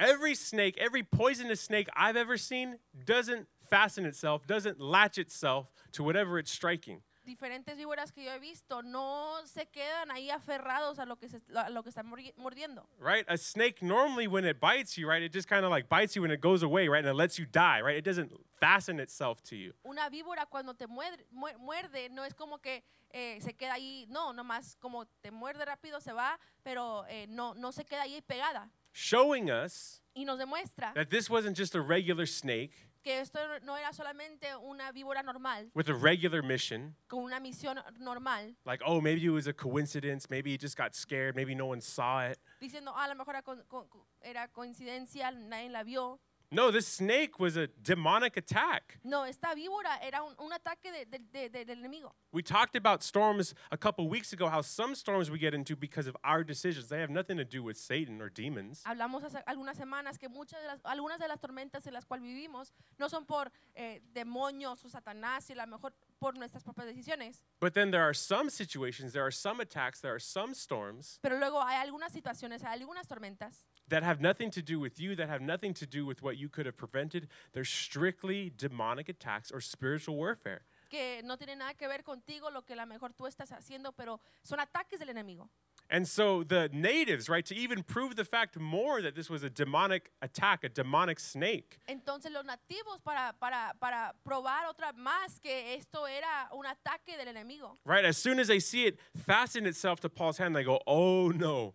S1: Every snake, every poisonous snake I've ever seen, doesn't fasten itself, doesn't latch itself to whatever it's striking.
S2: Diferentes víboras que yo he visto no se quedan ahí aferrados a lo que, se, a lo que están mordi- mordiendo.
S1: right? A snake normally when it bites you, right, it just kind of like bites you and it goes away, right, and it lets you die, right? It doesn't fasten itself to you.
S2: Una víbora cuando te muerde, mue- muerde no es como que eh, se queda ahí, no, nomás como te muerde rápido se va, pero eh, no, no se queda ahí pegada.
S1: Showing us
S2: Y nos demuestra
S1: Eh. that this wasn't just a regular snake,
S2: que esto no era solamente una víbora normal,
S1: with a regular mission,
S2: con una misión normal,
S1: like, oh, maybe it was a coincidence, maybe he just got scared, maybe no one saw it.
S2: diciendo, "Ah, a lo mejor era, con- con- era coincidencia, nadie la vio.
S1: No, this snake was a demonic attack.
S2: No, esta víbora era un, un ataque de- de- de- de- del enemigo.
S1: We talked about storms a couple weeks ago, how some storms we get into because of our decisions. They have nothing to do with Satan or demons.
S2: Hablamos hace algunas semanas que muchas de las, algunas de las tormentas en las cuales vivimos no son por eh, demonios o satanás, y a lo mejor por nuestras propias decisiones.
S1: But then there are some situations, there are some attacks, there are some storms
S2: Pero luego hay algunas situaciones, hay algunas tormentas
S1: that have nothing to do with you, that have nothing to do with what you could have prevented. They're strictly demonic attacks or spiritual warfare.
S2: que no tienen nada que ver contigo, lo que a lo mejor tú estás haciendo, pero son ataques del enemigo.
S1: And so the natives, right, to even prove the fact more that this was a demonic attack, a demonic snake,
S2: Entonces los nativos para, para, para probar otra más que esto era un ataque del enemigo.
S1: right? As soon as they see it fasten itself to Paul's hand, they go, oh no.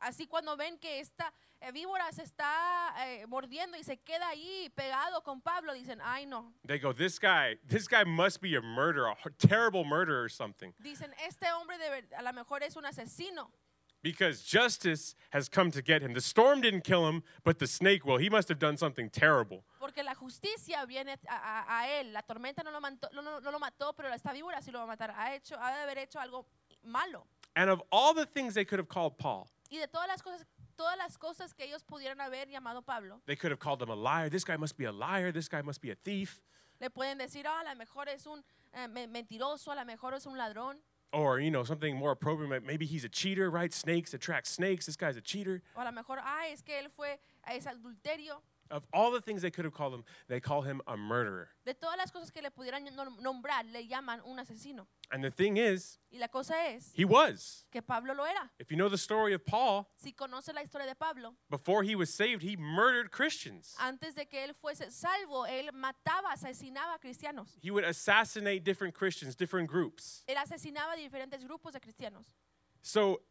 S2: Así cuando ven que esta eh, víbora se está eh, mordiendo y se queda ahí pegado con Pablo, dicen, ay no,
S1: They go, this guy, this guy must be a murderer, a h- terrible murderer or something,
S2: Dicen, este hombre de ver- a lo mejor es un asesino,
S1: because justice has come to get him. The storm didn't kill him, but the snake will. He must have done something terrible.
S2: porque la justicia viene a, a- a él. La tormenta no lo, mantó- no, no- no lo mató, pero esta víbora sí lo va a matar. Ha, hecho, ha de haber hecho algo malo.
S1: And of all the things they could have called Paul,
S2: Y de todas las cosas, todas las cosas que ellos pudieran haber llamado Pablo,
S1: they could have called him a liar. This guy must be a liar. This guy must be a thief.
S2: le pueden decir, "Ah, a lo mejor es un eh, me- mentiroso, a lo mejor es un ladrón,
S1: Or, you know, something more appropriate. like Maybe he's a cheater, right? Snakes attract snakes. This guy's a cheater.
S2: o a lo mejor, ah, es que él fue, es adulterio.
S1: Of all the things they could have called him, they call him a murderer.
S2: De todas las cosas que le pudieran nom- nombrar, le llaman un asesino.
S1: And the thing is,
S2: Y la cosa es
S1: he was.
S2: que Pablo lo era.
S1: If you know the story of Paul,
S2: Si conoce la historia de Pablo,
S1: before he was saved, he murdered Christians.
S2: antes de que él fuese salvo, él mataba, asesinaba a cristianos.
S1: He would assassinate different Christians, different groups.
S2: Él asesinaba a diferentes grupos de cristianos.
S1: So,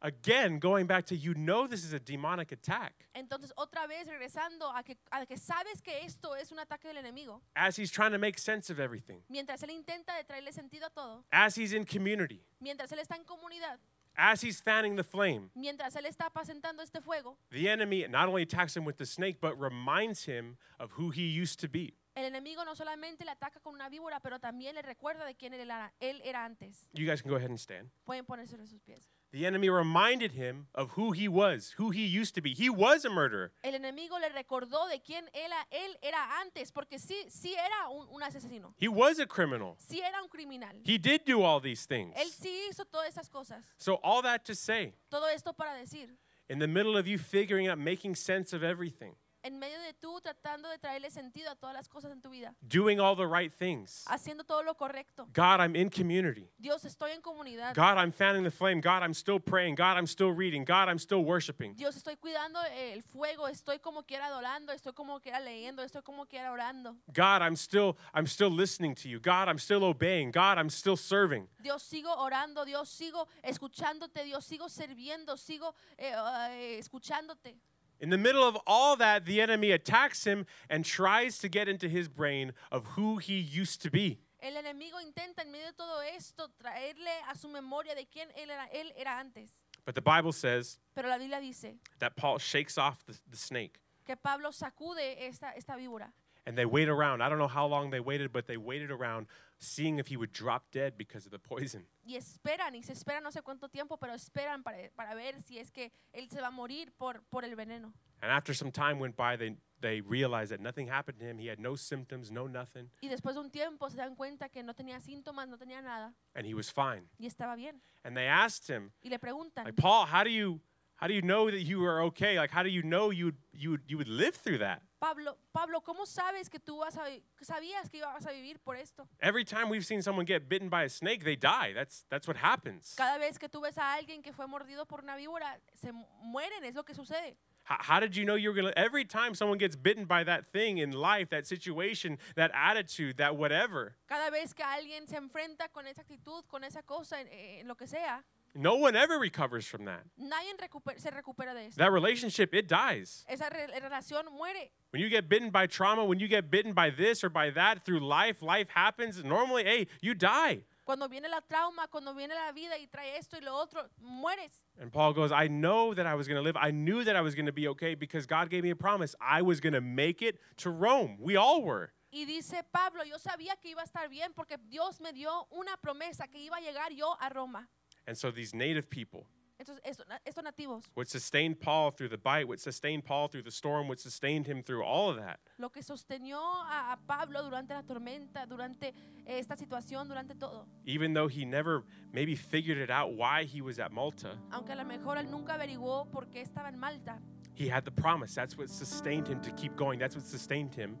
S1: again, going back to you know this is a demonic attack.
S2: Entonces, otra vez regresando a que, a que sabes que esto es un ataque del enemigo,
S1: As he's trying to make sense of everything,
S2: mientras él intenta de traerle sentido a todo,
S1: as he's in community,
S2: mientras él está en comunidad,
S1: as he's fanning the flame,
S2: mientras él está apacentando este fuego,
S1: the enemy not only attacks him with the snake, but reminds him of who he used to be.
S2: el enemigo no solamente le ataca con una víbora, pero también le recuerda de quién él era, él era antes.
S1: You guys can go ahead and stand.
S2: Pueden ponerse en sus pies.
S1: The enemy reminded him of who he was, who he used to be. He was a murderer.
S2: El enemigo le recordó de quién él, él era antes, porque sí, sí era un, un asesino,
S1: He was a criminal.
S2: sí era un criminal.
S1: He did do all these things.
S2: Él sí hizo todas esas cosas.
S1: So, all that to say,
S2: Todo esto para decir,
S1: in the middle of you figuring out, making sense of everything,
S2: en medio de tú tratando de traerle sentido a todas las cosas en tu vida,
S1: doing all the right things.
S2: haciendo todo lo correcto.
S1: God, I'm in community.
S2: Dios, estoy en comunidad.
S1: God, I'm fanning the flame. God, I'm still praying. God, I'm still reading. God, I'm still worshiping.
S2: Dios, estoy cuidando eh, el fuego, estoy como quiera adorando, estoy como quiera leyendo, estoy como quiera orando.
S1: God, I'm still I'm still listening to you. God, I'm still obeying. God, I'm still serving.
S2: Dios, sigo orando, Dios, sigo escuchándote, Dios, sigo sirviendo, sigo eh, ah, eh, escuchándote.
S1: In the middle of all that, the enemy attacks him and tries to get into his brain of who he used to be.
S2: El enemigo intenta en medio de todo esto traerle a su memoria de quién él era, él era antes.
S1: But the Bible says
S2: Pero la Biblia dice
S1: that Paul shakes off the, the snake
S2: que Pablo sacude esta, esta víbora.
S1: and they wait around. I don't know how long they waited, but they waited around seeing if he would drop dead because of the poison.
S2: y esperan, y se esperan no sé cuánto tiempo, pero esperan para, para ver si es que él se va a morir por, por el veneno.
S1: And after some time went by, they, they realized that nothing happened to him. He had no symptoms, no nothing,
S2: Y después de un tiempo se dan cuenta que no tenía síntomas, no tenía nada,
S1: and he was fine.
S2: y estaba bien.
S1: And they asked him,
S2: Y le preguntan,
S1: like, Paul, how do you how do you know that you are okay? Like, how do you know you would, you would, you would live through that?
S2: Pablo, Pablo, ¿cómo sabes que tú vas a vi- sabías que ibas a vivir por esto?
S1: Every time we've seen someone get bitten by a snake, they die. That's that's what happens. H-
S2: Cada vez que tú ves a alguien que fue mordido por una víbora, se mu- mueren, es lo que sucede.
S1: how did you know you were gonna? Every time someone gets bitten by that thing in life, that situation, that attitude, that whatever,
S2: Cada vez que alguien se enfrenta con esa actitud, con esa cosa, en- en lo que sea,
S1: No one ever recovers from that.
S2: Nadie recuper- se recupera de eso.
S1: That relationship, it dies.
S2: Esa re- relación muere.
S1: When you get bitten by trauma, when you get bitten by this or by that through life, life happens. Normally, hey, you die.
S2: Cuando viene la trauma, cuando viene la vida y trae esto y lo otro, mueres.
S1: And Paul goes, I know that I was going to live. I knew that I was going to be okay because God gave me a promise. I was going to make it to Rome. We all were.
S2: Y dice Pablo, yo sabía que iba a estar bien porque Dios me dio una promesa que iba a llegar yo a Roma.
S1: And so these native people,
S2: Entonces, esto- estos nativos,
S1: what sustained Paul through the bite, what sustained Paul through the storm, what sustained him through all of that,
S2: lo que sostenió a, a Pablo durante la tormenta, durante eh, esta situación, durante todo.
S1: even though he never maybe figured it out why he was at Malta,
S2: Aunque a lo mejor él nunca averiguó por qué estaba en Malta,
S1: he had the promise. That's what sustained him to keep going. That's what sustained him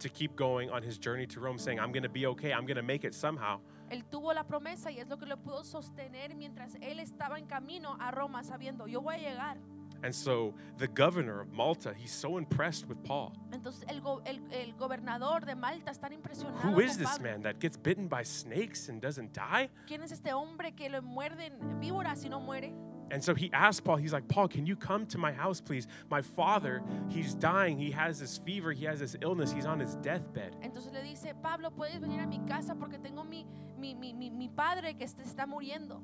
S1: to keep going on his journey to Rome, saying, I'm going to be okay. I'm going to make it somehow.
S2: él tuvo la promesa y es lo que lo pudo sostener mientras él estaba en camino a Roma sabiendo, yo voy a llegar.
S1: And so the governor of Malta, he's so impressed with Paul.
S2: Entonces el, go- el- el gobernador de Malta está tan impresionado.
S1: Who is
S2: con
S1: this
S2: Pablo.
S1: man that gets bitten by snakes and doesn't die?
S2: ¿Quién es este hombre que lo muerden víboras y no muere?
S1: And so he asked Paul, he's like, Paul, can you come to my house, please? My father, he's dying. He has this fever. He has this illness. He's on his deathbed.
S2: Entonces le dice, Pablo, puedes venir a mi casa porque tengo mi, mi, mi, mi, mi padre que se está muriendo.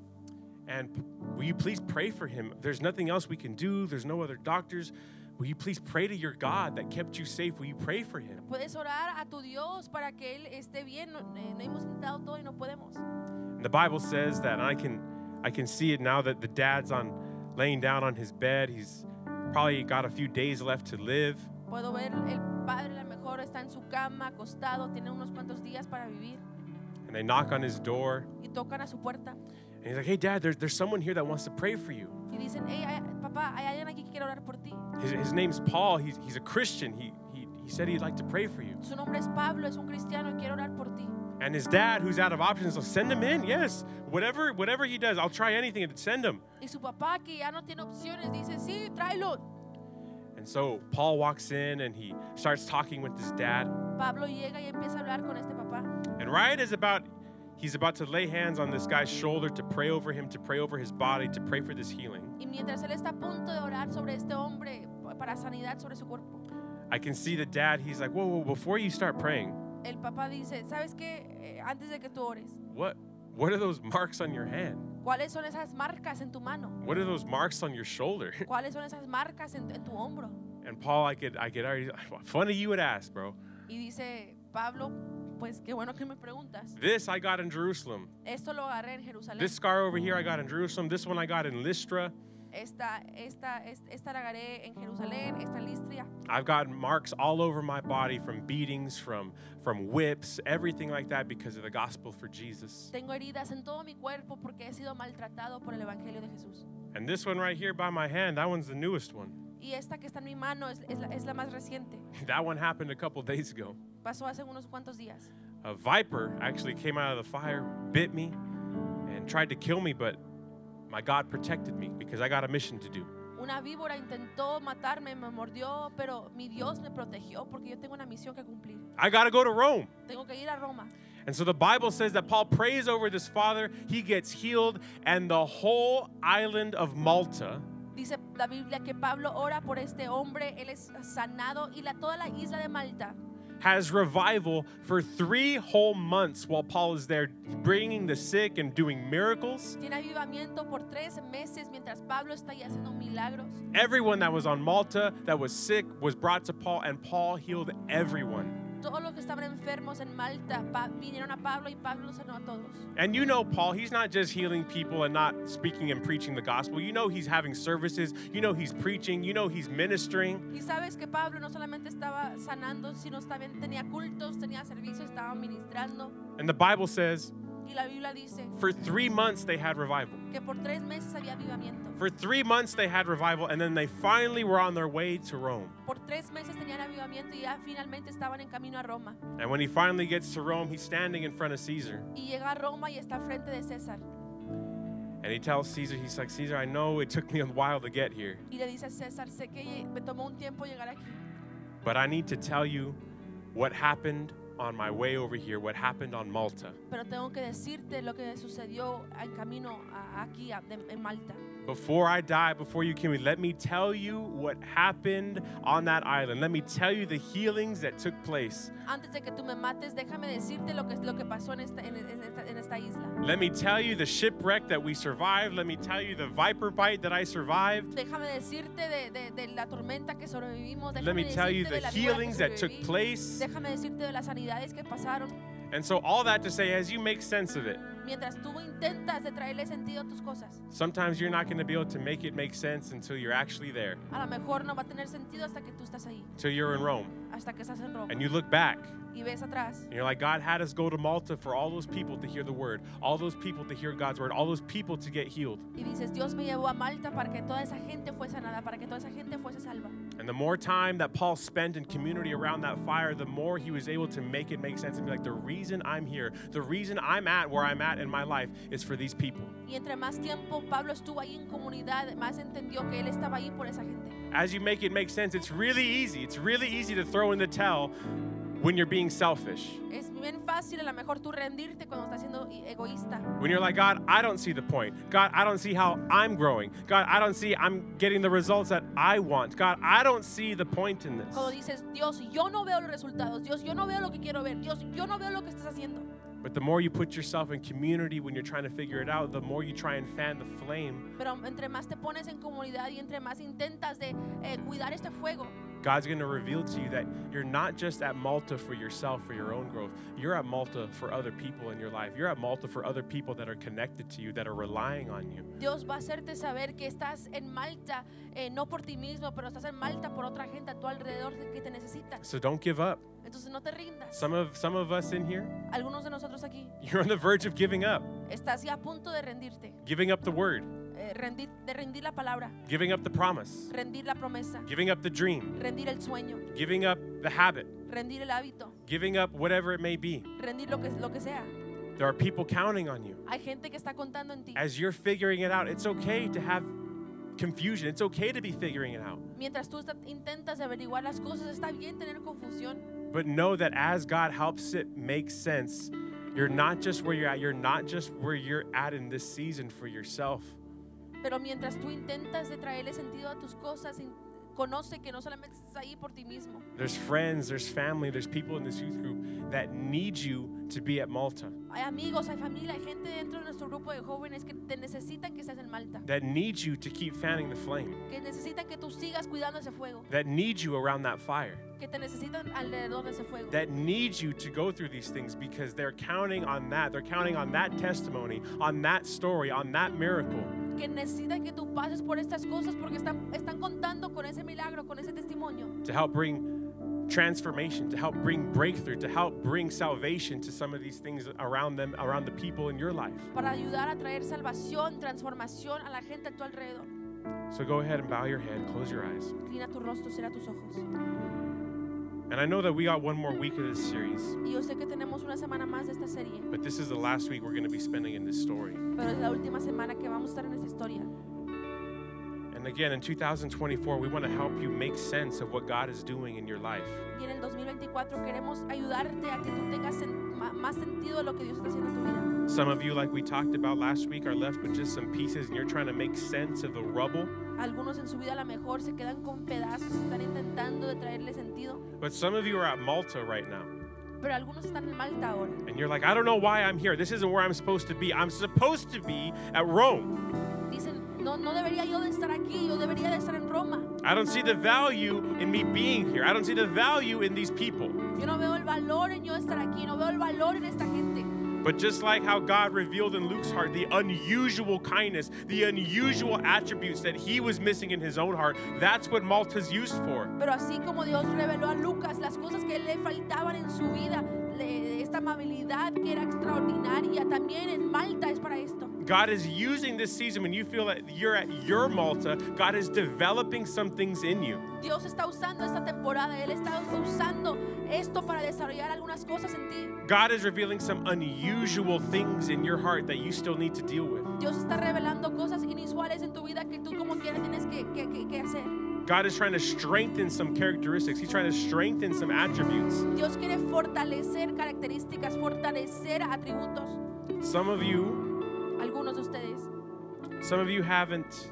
S1: And p- will you please pray for him? There's nothing else we can do. There's no other doctors. Will you please pray to your God that kept you safe? Will you pray for him?
S2: Puedes orar a tu Dios para que él esté bien. No, eh, no hemos intentado todo y no podemos.
S1: And the Bible says that, and I can, I can see it now that the dad's on, laying down on his bed. He's probably got a few days left to live.
S2: Puedo ver el padre a lo mejor está en su cama acostado, tiene unos cuantos días para vivir
S1: And they knock on his door,
S2: y tocan a su puerta
S1: and he's like, "Hey, Dad, there's there's someone here that wants to pray for you.
S2: y dicen, hey, hay- papá, hay alguien aquí que quiere orar por ti.
S1: His, his name's Paul. He's he's a Christian. He he he said he'd like to pray for you.
S2: Su nombre es Pablo, es un cristiano y quiere orar por ti.
S1: And his dad, who's out of options, will send him in. Yes, whatever whatever he does, I'll try anything and send him.
S2: Y su papá, que ya no tiene opciones, dice, sí, tráelo.
S1: And so Paul walks in and he starts talking with his dad.
S2: Pablo llega y empieza a hablar con este papá.
S1: And right is about he's about to lay hands on this guy's shoulder to pray over him, to pray over his body, to pray for this healing.
S2: Y mientras él está a punto de orar sobre este hombre pa- para sanidad sobre su cuerpo,
S1: I can see the dad. He's like, "Whoa, whoa! Before you start praying,
S2: el papá dice, ¿sabes qué? Eh, antes de que tú ores,
S1: what what are those marks on your hand?"
S2: ¿cuáles son esas marcas en tu mano?
S1: What are those marks on your shoulder?
S2: ¿Cuáles son esas marcas en, en tu hombro?
S1: And Paul, I could, I could already. Funny you would ask, bro.
S2: Y dice, Pablo, pues qué bueno que me preguntas.
S1: This I got in Jerusalem.
S2: Esto lo agarré en Jerusalén.
S1: This scar over here I got in Jerusalem. This one I got in Lystra.
S2: Esta, esta, es- esta la agarré en Jerusalén, esta en Listria.
S1: I've got marks all over my body from beatings, from from whips, everything like that because of the gospel for Jesus.
S2: Tengo heridas en todo mi cuerpo porque he sido maltratado por el Evangelio de Jesús.
S1: And this one right here by my hand, that one's the newest one.
S2: Y esta que está en mi mano es, es la, es la más reciente.
S1: That one happened a couple days ago.
S2: Pasó hace unos cuantos días.
S1: A viper actually came out of the fire, bit me, and tried to kill me, but my God protected me because I got a mission to do.
S2: Una víbora intentó matarme, me mordió, pero mi Dios me protegió porque yo tengo una misión que cumplir.
S1: I got to go to Rome.
S2: Tengo que ir a Roma.
S1: And so the Bible says that Paul prays over this father, he gets healed, and the whole island of Malta
S2: Dice la Biblia que Pablo ora por este hombre, él es sanado y la, toda la isla de Malta
S1: has revival for three whole months while Paul is there bringing the sick and doing miracles.
S2: tiene avivamiento por tres meses mientras Pablo está ahí haciendo milagros.
S1: Everyone that was on Malta that was sick was brought to Paul, and Paul healed everyone.
S2: Todos los que estaban enfermos en Malta pa- vinieron a Pablo y Pablo los sanó a todos.
S1: And you know, Paul, he's not just healing people and not speaking and preaching the gospel. You know, he's having services. You know, he's preaching. You know, he's ministering.
S2: Y sabes que Pablo no solamente estaba sanando, sino también tenía cultos, tenía servicios, estaba ministrando.
S1: And the Bible says
S2: Y la Biblia dice
S1: for three months they had revival.
S2: que por tres meses había avivamiento.
S1: For three months, they had revival, and then they finally were on their way to Rome.
S2: Por tres meses tenían avivamiento y ya finalmente estaban en camino a Roma.
S1: And when he finally gets to Rome, he's standing in front of Caesar,
S2: Y llega a Roma y está frente de César.
S1: and he tells Caesar, he's like, Caesar, I know it took me a while to get here,
S2: Y le dice a César, sé que me tomó un tiempo llegar aquí,
S1: but I need to tell you what happened on my way over here what happened on Malta.
S2: pero tengo que decirte lo que sucedió en camino a- aquí a- de- en Malta.
S1: Before I die, before you kill me, let me tell you what happened on that island. Let me tell you the healings that took place.
S2: Antes de que tú me mates, déjame decirte lo que, lo que pasó en esta, en- en esta- en esta isla.
S1: Let me tell you the shipwreck that we survived. Let me tell you the viper bite that I survived.
S2: Déjame decirte de, de- de la tormenta que sobrevivimos.
S1: Let me
S2: Déjame
S1: tell you
S2: decirte
S1: the
S2: de la víbora que
S1: healings that took
S2: sobreviví.
S1: place.
S2: Déjame decirte de las sanidades que pasaron.
S1: And so, all that to say, as you make sense of it,
S2: Mientras tú intentas de traerle sentido a tus cosas,
S1: sometimes you're not going to be able to make it make sense until you're actually there,
S2: a lo mejor no va a tener sentido hasta que tú estás ahí,
S1: till you're in Rome.
S2: hasta que estás en Roma
S1: And you look back
S2: y ves atrás.
S1: and you're like, God had us go to Malta for all those people to hear the word, all those people to hear God's word, all those people to get healed.
S2: Y dices, Dios me llevó a Malta para que toda esa gente fuese sanada, para que toda esa gente fuese salva.
S1: And the more time that Paul spent in community around that fire, the more he was able to make it make sense and be like, the reason I'm here, the reason I'm at where I'm at in my life is for these people.
S2: Y entre más tiempo Pablo estuvo ahí en comunidad, más entendió que él estaba ahí por esa gente.
S1: As you make it make sense, it's really easy. It's really easy to throw in the towel when you're being selfish.
S2: Es bien fácil a lo mejor tú rendirte cuando estás siendo i- egoísta.
S1: When you're like, God, I don't see the point. God, I don't see how I'm growing. God, I don't see I'm getting the results that I want. God, I don't see the point in this.
S2: Cuando dices, Dios, yo no veo los resultados, Dios, yo no veo lo que quiero ver, Dios, yo no veo lo que estás haciendo.
S1: But the more you put yourself in community when you're trying to figure it out, the more you try and fan the flame,
S2: Pero entre más te pones en comunidad y entre más intentas de eh, cuidar este fuego,
S1: God's going to reveal to you that you're not just at Malta for yourself, for your own growth. You're at Malta for other people in your life. You're at Malta for other people that are connected to you, that are relying on you.
S2: Dios va a hacerte saber que estás en Malta, eh, no por ti mismo, pero estás en Malta por otra gente a tu alrededor que te necesita.
S1: So don't give up.
S2: Entonces no te rindas.
S1: Some of some of us in here,
S2: Algunos de nosotros aquí,
S1: you're on the verge of giving up.
S2: estás ya a punto de rendirte,
S1: Giving up the word,
S2: eh, rendir, de rendir la palabra,
S1: giving up the promise,
S2: rendir la promesa,
S1: giving up the dream,
S2: rendir el sueño,
S1: giving up the habit,
S2: rendir el hábito,
S1: giving up whatever it may be.
S2: rendir lo que, lo que sea.
S1: There are people counting on you.
S2: Hay gente que está contando en ti.
S1: As you're figuring it out, it's okay to have confusion. It's okay to be figuring it out.
S2: Mientras tú está- intentas averiguar las cosas, está bien tener confusión,
S1: But know that as God helps it make sense, you're not just where you're at, you're not just where you're at in this season for yourself.
S2: pero mientras tú intentas de traerle sentido a tus cosas, in- conoce que no solamente estás ahí por ti mismo.
S1: There's friends, there's family, there's people in this youth group that need you to be at Malta,
S2: Hay amigos, hay familia, hay gente dentro de nuestro grupo de jóvenes que te necesitan que estés en Malta,
S1: that need you to keep fanning the flame,
S2: que necesitan que tú sigas cuidando ese fuego,
S1: that need you around that fire,
S2: que te necesitan alrededor de ese fuego,
S1: that need you to go through these things because they're counting on that. They're counting on that testimony, on that story, on that miracle.
S2: que necesitan que tú pases por estas cosas porque están, están contando con ese milagro, con ese testimonio,
S1: to help bring transformation, to help bring breakthrough, to help bring salvation to some of these things around them, around the people in your life.
S2: para ayudar a traer salvación, transformación a la gente a tu alrededor.
S1: So go ahead and bow your head, close your eyes.
S2: Inclina tu rostro, cierra tus ojos.
S1: And I know that we got one more week of this series,
S2: Y yo sé que tenemos una semana más de esta serie,
S1: but this is the last week we're going to be spending in this story.
S2: pero es la última semana que vamos a estar en esta historia.
S1: And again, in 2024, we want to help you make sense of what God is doing in your life.
S2: Y en el 2024 queremos ayudarte a que tú tengas sen- ma- más sentido de lo que Dios está haciendo en tu vida.
S1: Some of you, like we talked about last week, are left with just some pieces and you're trying to make sense of the rubble.
S2: Algunos en su vida a lo mejor se quedan con pedazos, están intentando de traerle sentido,
S1: But some of you are at Malta right now.
S2: pero algunos están en Malta ahora.
S1: And you're like, I don't know why I'm here. This isn't where I'm supposed to be. I'm supposed to be at Rome.
S2: Dicen, no, no debería yo de estar aquí, yo debería de estar en Roma.
S1: I don't see the value in me being here. I don't see the value in these people.
S2: Yo no veo el valor en yo estar aquí, no veo el valor en esta gente.
S1: But just like how God revealed in Luke's heart the unusual kindness, the unusual attributes that he was missing in his own heart, that's what Malta's used for.
S2: Pero así como Dios reveló a Lucas las cosas que le faltaban en su vida, le- esta amabilidad que era extraordinaria, también en Malta es para esto.
S1: God is using this season when you feel that you're at your Malta, God is developing some things in you.
S2: Dios está usando esta temporada, Él está usando esto para desarrollar algunas cosas en ti.
S1: God is revealing some unusual things in your heart that you still need to deal with.
S2: Dios está revelando cosas inusuales en tu vida que tú como quiera tienes que, que- que- que hacer.
S1: God is trying to strengthen some characteristics. He's trying to strengthen some attributes.
S2: Dios quiere fortalecer características, fortalecer atributos.
S1: Some of you,
S2: Algunos de ustedes,
S1: some of you haven't.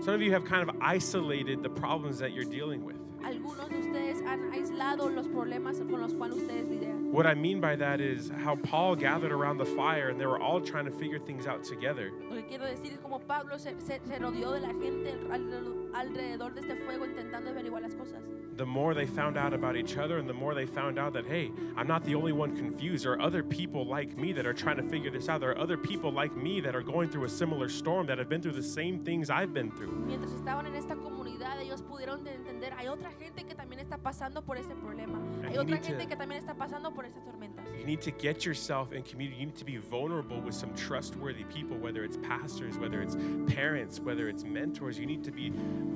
S1: Some of you have kind of isolated the problems that you're dealing with.
S2: algunos de ustedes han aislado los problemas con los cuales ustedes lidian.
S1: What I mean by that is how Paul gathered around the fire and they were all trying to figure things out together.
S2: Lo que quiero decir es como Pablo se, se- se rodeó de la gente al- alrededor de este fuego intentando averiguar las cosas.
S1: The more they found out about each other and the more they found out that, hey, I'm not the only one confused. There are other people like me that are trying to figure this out. There are other people like me that are going through a similar storm that have been through the same things I've been through.
S2: Mientras estaban en esta comunidad, ellos pudieron de- entender, hay otra gente que también está pasando por ese problema. Hay
S1: you
S2: otra
S1: need
S2: gente
S1: to-
S2: que también está pasando por estas tormentas.
S1: You need to get yourself in community. You need to be vulnerable with some trustworthy people, whether it's pastors, whether it's parents, whether it's mentors. You need to be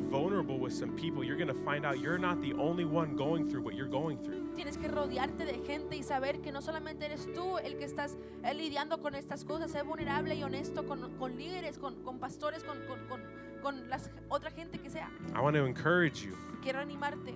S1: vulnerable with some people. You're going to find out you're not the only one going through what you're going through.
S2: Tienes que rodearte de gente y saber que no solamente eres tú el que estás eh, lidiando con estas cosas, sé vulnerable y honesto con, con líderes, con, con pastores, con, con, con, con las, otra gente que sea.
S1: I want to encourage you.
S2: Quiero animarte.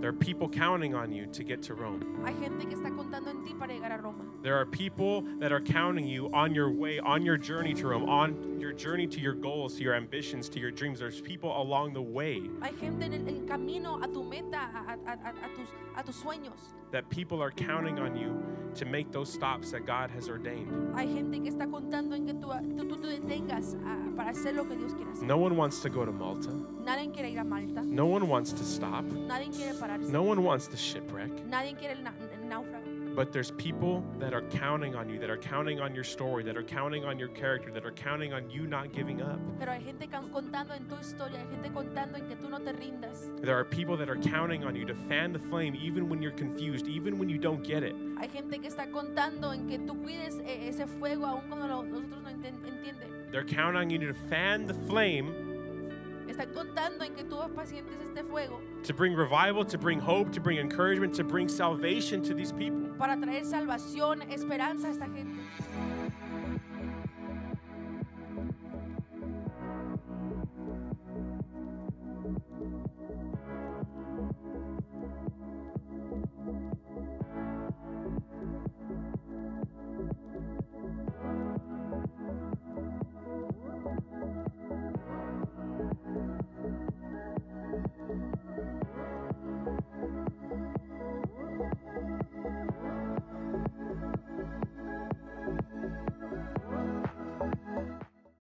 S1: There are people counting on you to get to Rome.
S2: Hay gente que está contando en ti para llegar a Roma.
S1: There are people that are counting you on your way, on your journey to Rome, on your journey to your goals, to your ambitions, to your dreams. There's people along the way
S2: Hay gente en el, el camino a tu meta, a, a- a- a tus, a tus sueños.
S1: that people are counting on you to make those stops that God has ordained.
S2: Hay gente que está contando en que tú tú, tú te detengas ah, para hacer lo que Dios quiere hacer.
S1: No one wants to go to Malta.
S2: Nadie quiere ir a Malta.
S1: No one wants to stop.
S2: Nadie quiere pararse.
S1: No one wants the shipwreck.
S2: Nadie quiere el, na- el náufrago.
S1: But there's people that are counting on you, that are counting on your story, that are counting on your character, that are counting on you not giving up.
S2: Pero hay gente can- contando en tu historia, hay gente contando en que tú no te rindas.
S1: There are people that are counting on you to fan the flame even when you're confused, even when you don't get it.
S2: Hay gente que está contando en que tú cuides eh, ese fuego aún cuando lo- nosotros no enten- entienden.
S1: They're counting on you to fan the flame,
S2: Están contando en que tú pacientes este fuego
S1: to bring revival, to bring hope, to bring encouragement, to bring salvation to these people.
S2: para traer salvación, esperanza a esta gente.